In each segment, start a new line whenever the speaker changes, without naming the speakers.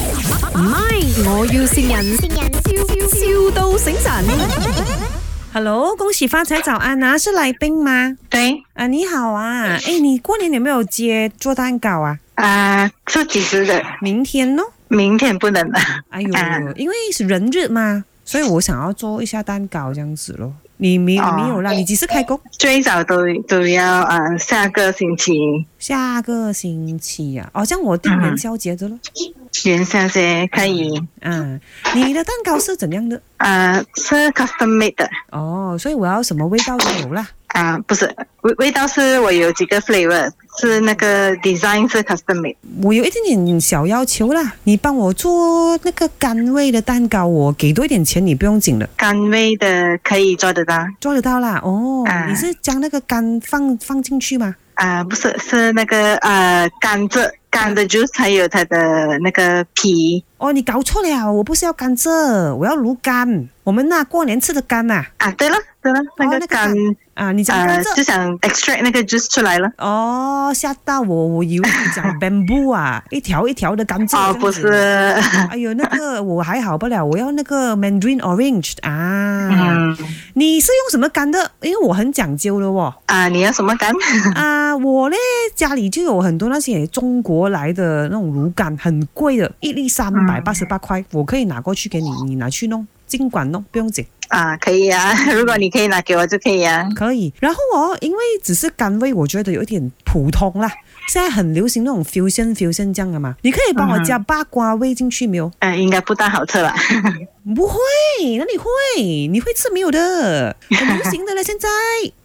唔係，我要善人，笑笑到醒神。
Hello，恭喜发财，早安啊！是来宾吗？
对，
啊，你好啊！哎，你过年有没有接做蛋糕啊？
啊、是几时的？
明天呢？
明天不能了。
哎呦
啊，
因为是人日嘛，所以我想要做一下蛋糕这样子咯。你没
哦
没有啦？你几时开工？
最早都都要啊、下个星期
下个星期啊？哦，这样我定元宵节的咯。
元宵节可以
啊，你的蛋糕是怎样的？
啊、是 custom made 的
哦，所以我要什么味道都有啦。
啊、不是味味道是我有几个 flavor，是那个 design 是 custom made。
我有一点点小要求啦，你帮我做那个甘味的蛋糕，我给多一点钱，你不用紧的。
甘味的可以做得到
做得到啦，哦，
啊
你是将那个干放放进去吗？
啊、不是是那个呃甘蔗干的 juice 还有它的那个皮
哦，你搞错了，我不是要甘蔗，我要芦柑。我们那、过年吃的柑呐、
啊，对了对了，那
哦那
个
个
甘、
啊，你讲甘
呃
蔗，
就想 extract 那个 juice 出来了。
哦，吓到我，我以为你 讲 bamboo 啊，一条一条的甘蔗。
哦，不是，。
哎呦，那个我还好不了，我要那个 mandarin orange 啊。
嗯
你是用什么柑的？因为我很讲究的哦。
啊，你要什么干？
啊，我嘞家里就有很多那些中国来的那种芦柑，很贵的，一粒三百八十八块，我可以拿过去给你，你拿去弄，尽管弄，不用紧，
啊，可以啊， 如果你可以拿给我就可以啊。
可以。然后哦，因为只是柑味，我觉得有一点普通啦。现在很流行那种 fusion fusion 酱的嘛，你可以帮我加八卦味进去没有？
嗯、应该不大好吃吧？
不会，哪里会？你会吃没有的？很流行的了，现在。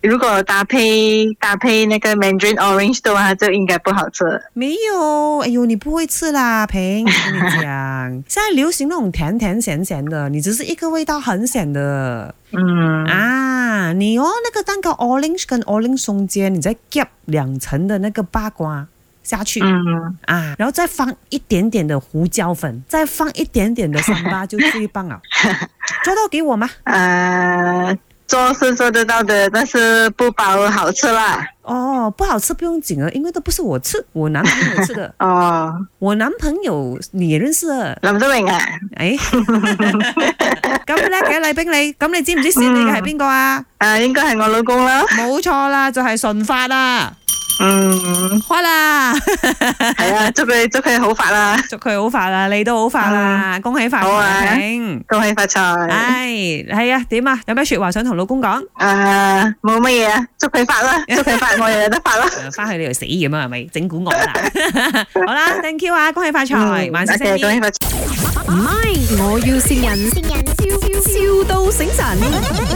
如果搭配搭配那个 Mandarin Orange 的话，就应该不好吃。
没有，哎呦，你不会吃啦，平，我跟你讲， 现在流行那种甜甜咸咸的，你只是一个味道很咸的
嗯
啊。你哦，那个蛋糕 orange 跟 orange 中间，你再夹两层的那个八卦下去、
嗯，
啊，然后再放一点点的胡椒粉，再放一点点的三八，就最棒 了。抓到给我吗？
呃，做是做得到的，但是不包好吃啦。。
哦，不好吃不用紧啊，因为都不是我吃，我男朋友吃的
哦，
我男朋友你也认识的。
林德荣啊，
诶，咁叻嘅李冰你，咁你知唔知先你嘅系边个啊？
啊，應該係我老公啦。
冇错啦，就系、順發啦，
嗯，
開啦，
係啊，祝佢祝佢好發啦，
祝佢好發啦，你都好發啦，恭喜發
好啊
財平。
恭喜發財。
唉，係啊，點啊？有咩说話想同老公講？
啊，冇乜嘢啊，祝佢發啦，祝佢發，我又有得發啦。
誒翻去你度死咁啊，係咪？整蠱我 啦！好啦，thank you à, 啊，恭喜發財，萬事勝
OK，
意
恭。喜發財
唔係，我要善人，笑笑到醒神。